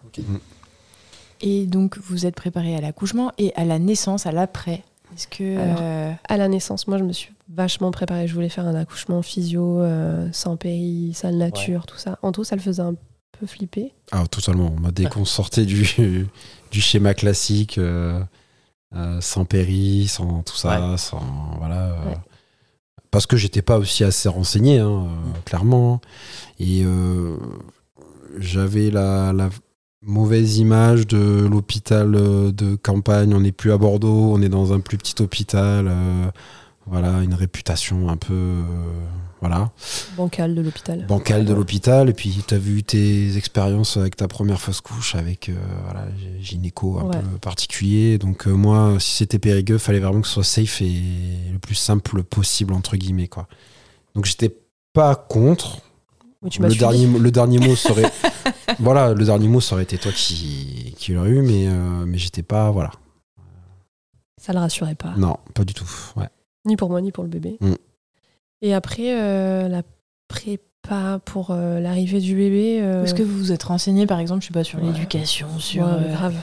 [SPEAKER 2] Et donc, vous êtes préparé à l'accouchement et à la naissance, à l'après. Est-ce que.
[SPEAKER 4] Alors.
[SPEAKER 2] euh,
[SPEAKER 4] À la naissance, moi, je me suis vachement préparée. Je voulais faire un accouchement physio, euh, sans pays, salle nature, tout ça. En tout, ça le faisait un peu flipper.
[SPEAKER 1] Ah, totalement. Bah, Dès qu'on sortait du, *laughs* du schéma classique, euh, euh, sans péri, sans tout ça, sans. Voilà. euh,
[SPEAKER 4] Ouais.
[SPEAKER 1] Parce que j'étais pas aussi assez renseigné, hein, euh, clairement. Et euh, j'avais la, la mauvaise image de l'hôpital euh, de campagne. On n'est plus à Bordeaux, on est dans un plus petit hôpital. euh, voilà, une réputation un peu. euh, voilà
[SPEAKER 4] Bancal de l'hôpital.
[SPEAKER 1] bancal de l'hôpital et puis tu as vu tes expériences avec ta première fausse couche avec euh, voilà, gé- gynéco un
[SPEAKER 4] Ouais.
[SPEAKER 1] peu particulier donc euh, moi si c'était périgueux fallait vraiment que ce soit safe et le plus simple possible entre guillemets quoi donc j'étais pas contre
[SPEAKER 4] Mais tu m'as
[SPEAKER 1] le
[SPEAKER 4] suivi.
[SPEAKER 1] dernier, le dernier mot
[SPEAKER 4] *laughs*
[SPEAKER 1] serait voilà le dernier mot ça aurait été toi qui, qui l'aurais eu mais, euh, mais j'étais pas voilà
[SPEAKER 4] Ça le rassurait pas.
[SPEAKER 1] non pas du tout ouais.
[SPEAKER 4] Ni pour moi, ni pour le bébé.
[SPEAKER 1] Mm.
[SPEAKER 4] Et après, euh, la prépa pour euh, l'arrivée du bébé. euh,
[SPEAKER 2] Est-ce que vous vous êtes renseigné, par exemple, je sais pas, sur
[SPEAKER 4] Ouais.
[SPEAKER 2] l'éducation, sur.
[SPEAKER 4] ouais,
[SPEAKER 2] euh,
[SPEAKER 4] grave.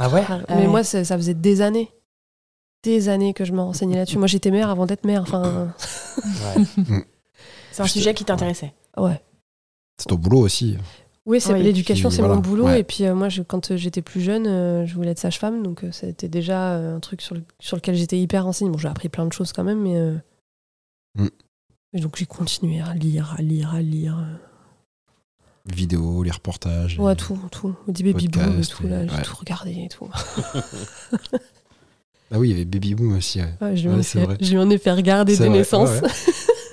[SPEAKER 3] Ah ouais
[SPEAKER 4] grave.
[SPEAKER 2] Ouais.
[SPEAKER 4] Mais moi, ça, ça faisait des années. Des années que je me renseignais
[SPEAKER 1] Mm.
[SPEAKER 4] là-dessus. Moi, j'étais mère avant d'être
[SPEAKER 1] *coughs*
[SPEAKER 4] mère. Enfin, *laughs*
[SPEAKER 3] Ouais.
[SPEAKER 2] C'est un
[SPEAKER 1] Je te-
[SPEAKER 2] sujet qui t'intéressait.
[SPEAKER 4] ouais.
[SPEAKER 1] c'est ton boulot aussi
[SPEAKER 4] Oui, c'est
[SPEAKER 2] Oui.
[SPEAKER 4] l'éducation,
[SPEAKER 1] Puis,
[SPEAKER 4] c'est
[SPEAKER 1] voilà,
[SPEAKER 4] mon boulot.
[SPEAKER 1] ouais.
[SPEAKER 4] Et puis euh, moi, je- quand euh, j'étais plus jeune, euh, je voulais être sage-femme, donc euh, c'était déjà euh, un truc sur, le- sur lequel j'étais hyper renseignée. Bon, j'ai appris plein de choses quand même, mais euh,
[SPEAKER 1] Mm.
[SPEAKER 4] et donc j'ai continué à lire, à lire, à lire.
[SPEAKER 1] vidéo les reportages
[SPEAKER 4] Ouais,
[SPEAKER 1] et-
[SPEAKER 4] tout, tout. Au début, Bibou et
[SPEAKER 1] Podcast,
[SPEAKER 4] tout, là,
[SPEAKER 1] et-
[SPEAKER 4] j'ai
[SPEAKER 1] ouais.
[SPEAKER 4] tout regardé et tout.
[SPEAKER 1] ah oui il y avait Baby Boom aussi ouais.
[SPEAKER 4] Ouais, je lui en
[SPEAKER 1] Ouais,
[SPEAKER 4] ai
[SPEAKER 1] c'est
[SPEAKER 4] fait-
[SPEAKER 1] vrai.
[SPEAKER 4] je lui en ai fait regarder
[SPEAKER 1] C'est
[SPEAKER 4] des
[SPEAKER 1] vrai,
[SPEAKER 4] naissances.
[SPEAKER 1] ouais, ouais.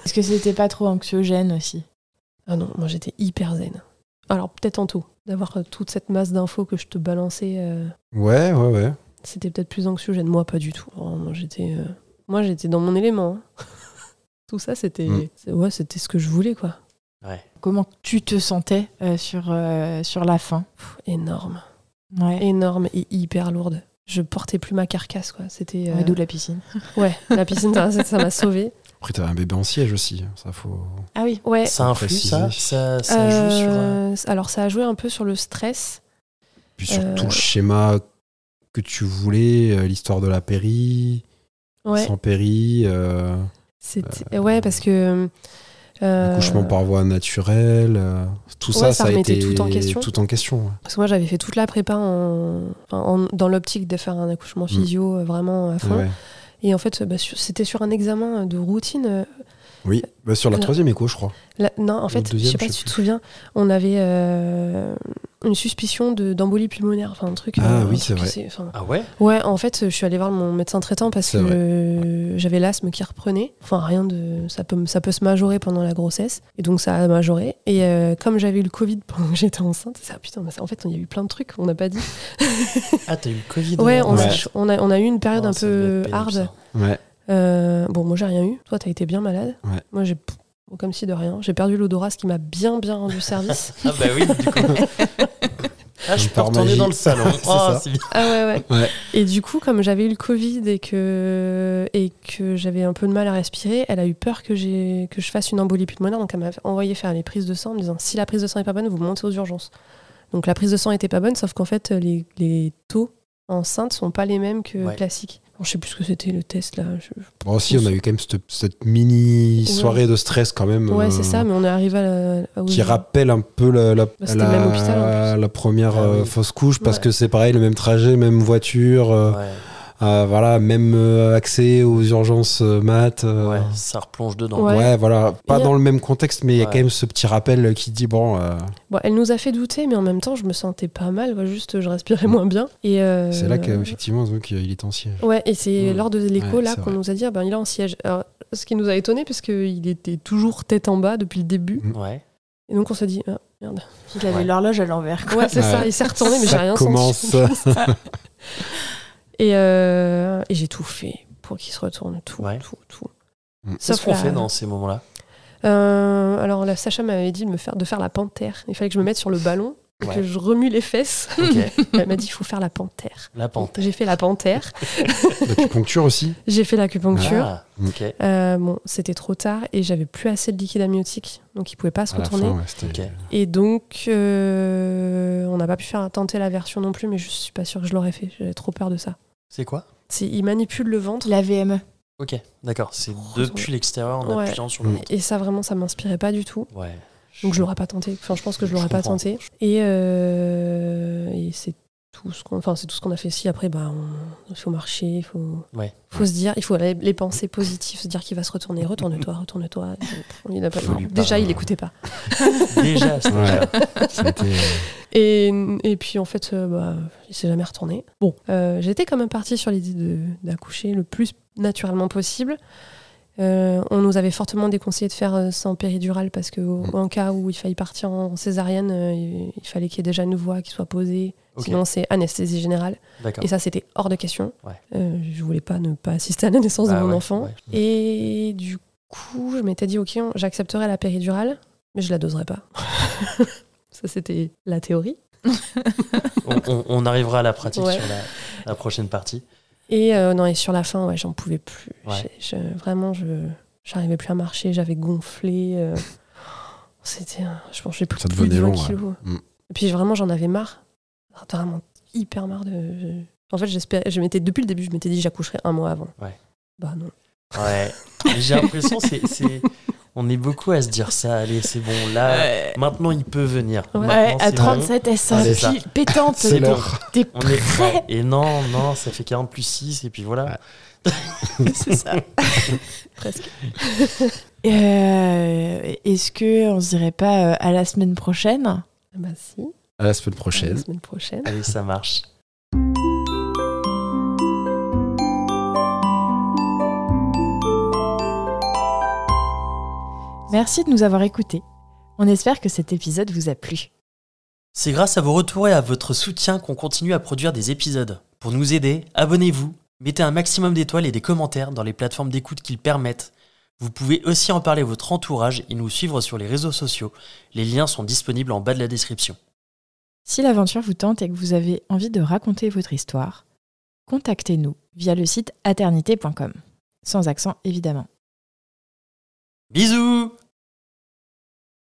[SPEAKER 2] Est-ce que c'était pas trop anxiogène aussi
[SPEAKER 4] Ah non, moi j'étais hyper zen. Alors peut-être en tout, d'avoir euh, toute cette masse d'infos que je te balançais, euh,
[SPEAKER 1] ouais ouais ouais
[SPEAKER 4] c'était peut-être plus anxiogène. Moi, pas du tout. Oh, moi, j'étais, euh, moi, j'étais dans mon élément. hein. *laughs* tout ça, c'était,
[SPEAKER 1] Mm.
[SPEAKER 4] c'est- ouais, c'était ce que je voulais, quoi.
[SPEAKER 3] Ouais.
[SPEAKER 2] Comment tu te sentais euh, sur, euh, sur la fin
[SPEAKER 4] Pff, énorme,
[SPEAKER 2] Ouais.
[SPEAKER 4] énorme et hyper lourde. Je portais plus ma carcasse, quoi. C'était, euh,
[SPEAKER 2] Ouais, D'où la piscine.
[SPEAKER 4] ouais, la piscine, ça, ça
[SPEAKER 1] *laughs*
[SPEAKER 4] m'a sauvée.
[SPEAKER 1] Après, t'avais un bébé en siège aussi. Ça faut.
[SPEAKER 2] Ah oui.
[SPEAKER 4] Ouais.
[SPEAKER 3] Ça influe,
[SPEAKER 1] Préciser.
[SPEAKER 3] ça, ça, ça joue sur. euh,
[SPEAKER 4] Euh, Alors, ça a joué un peu sur le stress.
[SPEAKER 1] Puis sur
[SPEAKER 4] Euh.
[SPEAKER 1] tout le schéma que tu voulais, euh, l'histoire de la péri,
[SPEAKER 4] Ouais.
[SPEAKER 1] sans péri, euh,
[SPEAKER 4] C'était- ouais, parce que. euh,
[SPEAKER 1] accouchement par voie naturelle, euh, tout
[SPEAKER 4] Ouais,
[SPEAKER 1] ça,
[SPEAKER 4] ça
[SPEAKER 1] ça, a
[SPEAKER 4] remettait
[SPEAKER 1] été
[SPEAKER 4] tout en question.
[SPEAKER 1] tout en question, ouais.
[SPEAKER 4] Parce que moi, j'avais fait toute la prépa en, enfin, en- dans l'optique de faire un accouchement physio euh, vraiment à fond.
[SPEAKER 1] Mm. Ouais.
[SPEAKER 4] Et en fait, bah, sur- c'était sur un examen de routine. euh,
[SPEAKER 1] Oui, bah, sur la
[SPEAKER 4] Alors-
[SPEAKER 1] troisième écho, je crois.
[SPEAKER 4] La- non, en fait,
[SPEAKER 1] deuxième,
[SPEAKER 4] je sais pas
[SPEAKER 1] je
[SPEAKER 4] si
[SPEAKER 1] sais
[SPEAKER 4] tu te souviens, on avait euh, une suspicion de- d'embolie pulmonaire, enfin un truc.
[SPEAKER 1] Ah
[SPEAKER 4] euh,
[SPEAKER 1] oui,
[SPEAKER 4] un truc
[SPEAKER 1] c'est vrai.
[SPEAKER 4] qui s'est- enfin,
[SPEAKER 3] Ah ouais
[SPEAKER 4] ouais, en fait, je suis allée voir mon médecin traitant parce que
[SPEAKER 1] C'est vrai.
[SPEAKER 4] euh, j'avais l'asthme qui reprenait. Enfin, rien de. Ça peut, ça peut se majorer pendant la grossesse. Et donc, ça a majoré. Et euh, comme j'avais eu le Covid pendant que j'étais enceinte, ça, putain, mais ça- en fait, il y a eu plein de trucs qu'on n'a pas dit.
[SPEAKER 3] Ah, t'as eu le Covid
[SPEAKER 4] Ouais, on,
[SPEAKER 1] Ouais. Oh,
[SPEAKER 4] A, on, a, on a eu une période un peu hard.
[SPEAKER 1] Ouais.
[SPEAKER 4] Euh, bon, moi j'ai rien eu. Toi, t'as été bien malade.
[SPEAKER 1] Ouais.
[SPEAKER 4] Moi, j'ai pff, comme si de rien. J'ai perdu l'odorat, ce qui m'a bien bien
[SPEAKER 1] *laughs*
[SPEAKER 4] rendu service.
[SPEAKER 3] Ah bah oui, du coup.
[SPEAKER 4] *laughs*
[SPEAKER 3] Ah, je
[SPEAKER 1] Comme
[SPEAKER 3] peux
[SPEAKER 1] par
[SPEAKER 3] retourner
[SPEAKER 1] magie.
[SPEAKER 3] dans le salon.
[SPEAKER 1] C'est
[SPEAKER 3] Ah,
[SPEAKER 1] ça.
[SPEAKER 3] *laughs* c'est bien.
[SPEAKER 4] ah ouais, ouais
[SPEAKER 1] Ouais.
[SPEAKER 4] Et du coup, comme j'avais eu le Covid et que et que j'avais un peu de mal à respirer, elle a eu peur que j'ai que je fasse une embolie pulmonaire, donc elle m'a envoyé faire les prises de sang en me disant si la prise de sang est pas bonne, vous montez aux urgences. Donc la prise de sang était pas bonne, sauf qu'en fait les, les taux enceintes sont pas les mêmes que
[SPEAKER 3] Ouais.
[SPEAKER 4] classiques. Bon, je sais plus ce que c'était le test là. Je-
[SPEAKER 1] Bon, si, on a eu quand même cette, cette mini
[SPEAKER 4] Ouais.
[SPEAKER 1] soirée de stress quand même.
[SPEAKER 4] Ouais,
[SPEAKER 1] euh,
[SPEAKER 4] c'est ça, mais on est arrivé à la. à-
[SPEAKER 1] Qui rappelle un peu la, la,
[SPEAKER 4] c'était
[SPEAKER 1] la-
[SPEAKER 4] le même hôpital, en
[SPEAKER 1] la première
[SPEAKER 3] Ah oui.
[SPEAKER 1] euh, fausse couche parce
[SPEAKER 4] Ouais.
[SPEAKER 1] que c'est pareil, le même trajet, même voiture, euh,
[SPEAKER 3] Ouais,
[SPEAKER 1] euh, voilà, même euh, accès aux urgences euh, maths. euh,
[SPEAKER 3] ouais, ça replonge dedans.
[SPEAKER 4] Ouais.
[SPEAKER 1] ouais. voilà, pas
[SPEAKER 4] Et-
[SPEAKER 1] dans le même contexte, mais il y a
[SPEAKER 3] Ouais.
[SPEAKER 1] quand même ce petit rappel qui dit bon, euh,
[SPEAKER 4] Bon, elle nous a fait douter, mais en même temps, je me sentais pas mal. ouais, juste, je respirais moins bien. Et euh,
[SPEAKER 1] Mm. c'est là qu'effectivement, donc euh, il est en siège.
[SPEAKER 4] Ouais, et c'est
[SPEAKER 3] Mm.
[SPEAKER 4] lors de l'écho
[SPEAKER 1] Hmm. Ouais,
[SPEAKER 4] là
[SPEAKER 1] c'est
[SPEAKER 4] qu'on
[SPEAKER 1] vrai.
[SPEAKER 4] nous a dit, ah ben il est en siège. Alors, ce qui nous a étonné, parce qu'il était toujours tête en bas depuis le début.
[SPEAKER 3] Ouais.
[SPEAKER 4] Et donc on s'est dit, ah, merde.
[SPEAKER 2] Il avait
[SPEAKER 3] Ouais.
[SPEAKER 2] l'horloge à l'envers. quoi.
[SPEAKER 4] Ouais, c'est
[SPEAKER 1] Ouais.
[SPEAKER 4] ça. Il s'est retourné, mais j'ai
[SPEAKER 1] ça
[SPEAKER 4] rien
[SPEAKER 1] commence.
[SPEAKER 4] *laughs* senti. Et, euh, et j'ai tout fait pour qu'il se retourne, tout,
[SPEAKER 3] Ouais.
[SPEAKER 4] tout, tout.
[SPEAKER 1] Mm.
[SPEAKER 3] Qu'est-ce qu'on
[SPEAKER 4] la-
[SPEAKER 3] fait dans ces
[SPEAKER 4] *laughs*
[SPEAKER 3] moments-là
[SPEAKER 4] Euh, alors la Sacha m'avait dit de me faire de faire la panthère. Il fallait que je me mette sur le ballon, et
[SPEAKER 3] Ouais.
[SPEAKER 4] que je remue les fesses.
[SPEAKER 3] Ok,
[SPEAKER 4] Elle m'a dit il faut faire la panthère.
[SPEAKER 3] la pente.
[SPEAKER 4] J'ai fait la panthère,
[SPEAKER 1] L'acupuncture Bah, aussi.
[SPEAKER 4] j'ai fait l'acupuncture.
[SPEAKER 3] Ah, ok.
[SPEAKER 4] Euh, bon, c'était trop tard et j'avais plus assez de liquide amniotique, donc il pouvait pas se
[SPEAKER 1] À la
[SPEAKER 4] retourner.
[SPEAKER 1] fin, ouais, c'était-
[SPEAKER 3] Ok.
[SPEAKER 4] Et donc, euh, on n'a pas pu faire tenter la version non plus, mais je suis pas sûre que je l'aurais fait. J'avais trop peur de ça.
[SPEAKER 3] C'est quoi
[SPEAKER 4] C'est, il manipule le ventre
[SPEAKER 2] La VME.
[SPEAKER 3] Ok, d'accord. C'est
[SPEAKER 4] Retourner.
[SPEAKER 3] depuis l'extérieur en
[SPEAKER 4] Ouais.
[SPEAKER 3] appuyant sur le
[SPEAKER 1] Mm.
[SPEAKER 3] ventre.
[SPEAKER 4] et ça vraiment, ça m'inspirait pas du tout.
[SPEAKER 3] Ouais.
[SPEAKER 4] Donc je l'aurais pas tenté. Enfin, je pense que je
[SPEAKER 3] Je
[SPEAKER 4] l'aurais pas
[SPEAKER 3] comprends.
[SPEAKER 4] tenté. Et, euh, et c'est tout ce qu'on, enfin, c'est tout ce qu'on a fait. Si après, bah, on- il faut marcher, il faut,
[SPEAKER 3] Ouais.
[SPEAKER 4] faut se dire, il faut aller- les pensées positives, se dire qu'il va se retourner, retourne-toi,
[SPEAKER 1] *laughs*
[SPEAKER 4] retourne-toi. Il n'a pas-
[SPEAKER 1] Faut lui
[SPEAKER 4] Déjà,
[SPEAKER 1] parler.
[SPEAKER 4] il écoutait pas.
[SPEAKER 3] Déjà,
[SPEAKER 4] *laughs*
[SPEAKER 3] c'est
[SPEAKER 1] euh, Ouais.
[SPEAKER 3] déjà. *laughs*
[SPEAKER 1] ça a été, euh,
[SPEAKER 4] Et, et puis en fait, euh, bah, il s'est jamais retourné. Bon, euh, j'étais quand même partie sur l'idée de- d'accoucher le plus naturellement possible. Euh, on nous avait fortement déconseillé de faire euh, sans péridurale parce que au-
[SPEAKER 1] Mm.
[SPEAKER 4] en cas où il fallait partir en césarienne, euh, il- il fallait qu'il y ait déjà une voix qui soit posée.
[SPEAKER 3] Ok.
[SPEAKER 4] Sinon, c'est anesthésie générale.
[SPEAKER 3] D'accord.
[SPEAKER 4] Et ça, c'était hors de question.
[SPEAKER 3] Ouais.
[SPEAKER 4] Euh, je voulais pas ne pas assister à la naissance
[SPEAKER 3] Bah
[SPEAKER 4] de mon
[SPEAKER 3] ouais,
[SPEAKER 4] enfant.
[SPEAKER 3] ouais.
[SPEAKER 4] Et du coup, je m'étais dit, ok, on- j'accepterai la péridurale, mais je la doserai pas. *laughs* ça, c'était la théorie.
[SPEAKER 3] On, on- on arrivera à la pratique
[SPEAKER 4] Ouais.
[SPEAKER 3] sur la, la prochaine partie.
[SPEAKER 4] Et euh, non, et sur la fin, ouais, j'en pouvais plus.
[SPEAKER 3] Ouais.
[SPEAKER 4] J'ai- je- vraiment, je j'arrivais plus à marcher, j'avais gonflé.
[SPEAKER 3] *laughs*
[SPEAKER 4] euh, C'était, un- je pense, que j'ai pris
[SPEAKER 1] Ça
[SPEAKER 4] plus de
[SPEAKER 1] devenait
[SPEAKER 4] 20
[SPEAKER 1] long, ouais.
[SPEAKER 4] kilos.
[SPEAKER 1] Mm.
[SPEAKER 4] Et puis vraiment, j'en avais marre. J'en avais Vraiment hyper marre de. je- En fait, j'espérais, je m'étais depuis le début, je m'étais dit j'accoucherai un mois avant.
[SPEAKER 3] Ouais.
[SPEAKER 4] Bah non.
[SPEAKER 3] Ouais. Mais J'ai l'impression c'est, c'est- on est beaucoup à se dire ça. Allez, c'est bon. Là,
[SPEAKER 2] Ouais,
[SPEAKER 3] maintenant, il peut venir.
[SPEAKER 4] Ouais,
[SPEAKER 3] Euh, Maintenant,
[SPEAKER 2] à
[SPEAKER 3] c'est bon.
[SPEAKER 2] 37, elle sort
[SPEAKER 3] c'est ça.
[SPEAKER 2] pile- pétante.
[SPEAKER 3] C'est
[SPEAKER 2] T'es-
[SPEAKER 3] l'heure.
[SPEAKER 2] T'es
[SPEAKER 3] On
[SPEAKER 2] *laughs*
[SPEAKER 3] est
[SPEAKER 2] prêt
[SPEAKER 3] ouais. Et non, non, ça fait 40 plus 6 et puis voilà.
[SPEAKER 2] *laughs* C'est ça.
[SPEAKER 4] Presque.
[SPEAKER 2] Euh, Est-ce que on se dirait pas euh, à la semaine prochaine
[SPEAKER 4] Bah si.
[SPEAKER 1] à la semaine
[SPEAKER 4] à La
[SPEAKER 1] prochaine.
[SPEAKER 4] semaine prochaine.
[SPEAKER 3] Allez, ça marche.
[SPEAKER 2] Merci de nous avoir écoutés. On espère que cet épisode vous a plu.
[SPEAKER 3] C'est grâce à vos retours et à votre soutien qu'on continue à produire des épisodes. Pour nous aider, abonnez-vous, mettez un maximum d'étoiles et des commentaires dans les plateformes d'écoute qui le permettent. Vous pouvez aussi en parler à votre entourage et nous suivre sur les réseaux sociaux. Les liens sont disponibles en bas de la description.
[SPEAKER 2] Si l'aventure vous tente et que vous avez envie de raconter votre histoire, contactez-nous via le site aternité.com. Sans accent, évidemment.
[SPEAKER 3] Bisous